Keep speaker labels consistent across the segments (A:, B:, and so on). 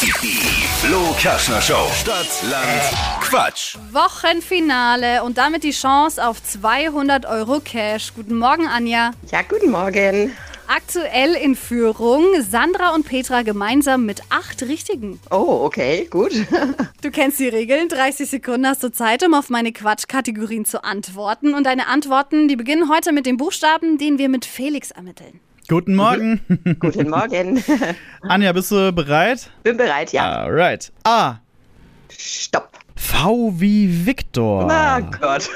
A: Die Flo Kaschner Show. Stadt, Land, Quatsch.
B: Wochenfinale und damit die Chance auf 200 Euro Cash. Guten Morgen, Anja.
C: Ja, guten Morgen.
B: Aktuell in Führung Sandra und Petra gemeinsam mit acht Richtigen.
C: Oh, okay, gut.
B: Du kennst die Regeln. 30 Sekunden hast du Zeit, um auf meine Quatschkategorien zu antworten. Und deine Antworten, die beginnen heute mit dem Buchstaben, den wir mit Felix ermitteln. Mhm.
D: Guten Morgen.
C: guten Morgen.
D: Anja, bist du bereit?
C: Bin bereit,
D: Ah.
C: ja.
D: Alright. A.
C: Stopp.
D: V wie Viktor.
C: Ah, Gott.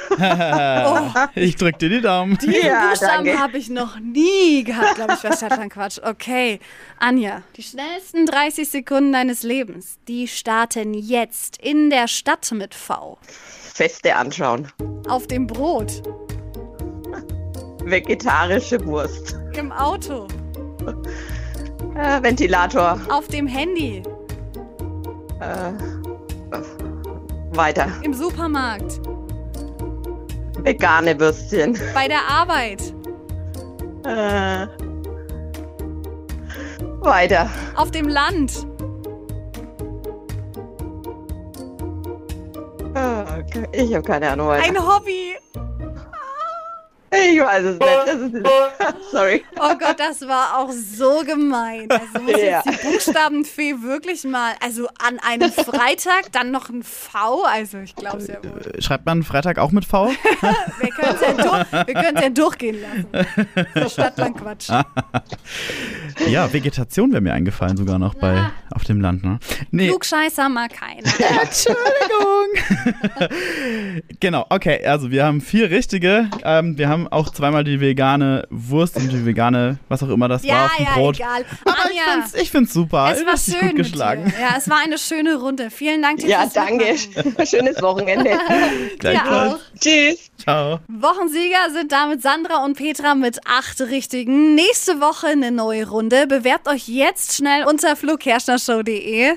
D: Ich drück dir die Daumen.
B: Den
C: Ja,
B: Buchstaben
C: danke.
B: habe ich noch nie gehabt, glaube ich, bei Stadtland Quatsch. Okay, Anja, die schnellsten 30 Sekunden deines Lebens, die starten jetzt in der Stadt mit V.
C: Feste anschauen.
B: Auf dem Brot,
C: Vegetarische Wurst.
B: im Auto,
C: Äh, Ventilator. äh,
B: auf dem Handy,
C: Weiter.
B: im Supermarkt,
C: Vegane Würstchen.
B: bei der Arbeit,
C: Äh, weiter.
B: auf dem Land,
C: Ah, okay. Ich habe keine Ahnung. Weiter.
B: ein Hobby.
C: Ich weiß es nicht. Das ist, sorry.
B: Oh Gott, das war auch so gemein. Also muss
C: Ja.
B: jetzt die Buchstabenfee wirklich mal, also an einem Freitag dann noch ein V, also ich glaube es ja wohl.
D: Schreibt man Freitag auch mit V?
B: Wir können es ja, durch, wir können's ja durchgehen lassen. So Stadtland Quatsch.
D: Ah, Ja, Vegetation wäre mir eingefallen sogar noch bei auf dem Land, ne? Nee.
B: Klugscheiß haben wir keinen.
D: Entschuldigung. genau, okay, also wir haben vier richtige. Ähm, wir haben auch zweimal die vegane Wurst und die vegane, was auch immer das war,
B: Ja,
D: auf dem
B: ja,
D: Brot.
B: egal.
D: Aber ich
B: Anja,
D: find's, ich find's super.
B: es
D: Ich
B: war
D: find's
B: schön.
D: gut
B: Mit
D: geschlagen.
B: dir. Ja, es war eine schöne Runde. Vielen Dank dir
C: Ja,
B: fürs Mitmachen.
C: danke. Schönes Wochenende.
D: Gleichfalls.
B: auch.
C: Tschüss.
D: Ciao.
B: Wochensieger sind damit Sandra und Petra mit acht richtigen. Nächste Woche eine neue Runde. Bewerbt euch jetzt schnell unter flokerschnershow.de.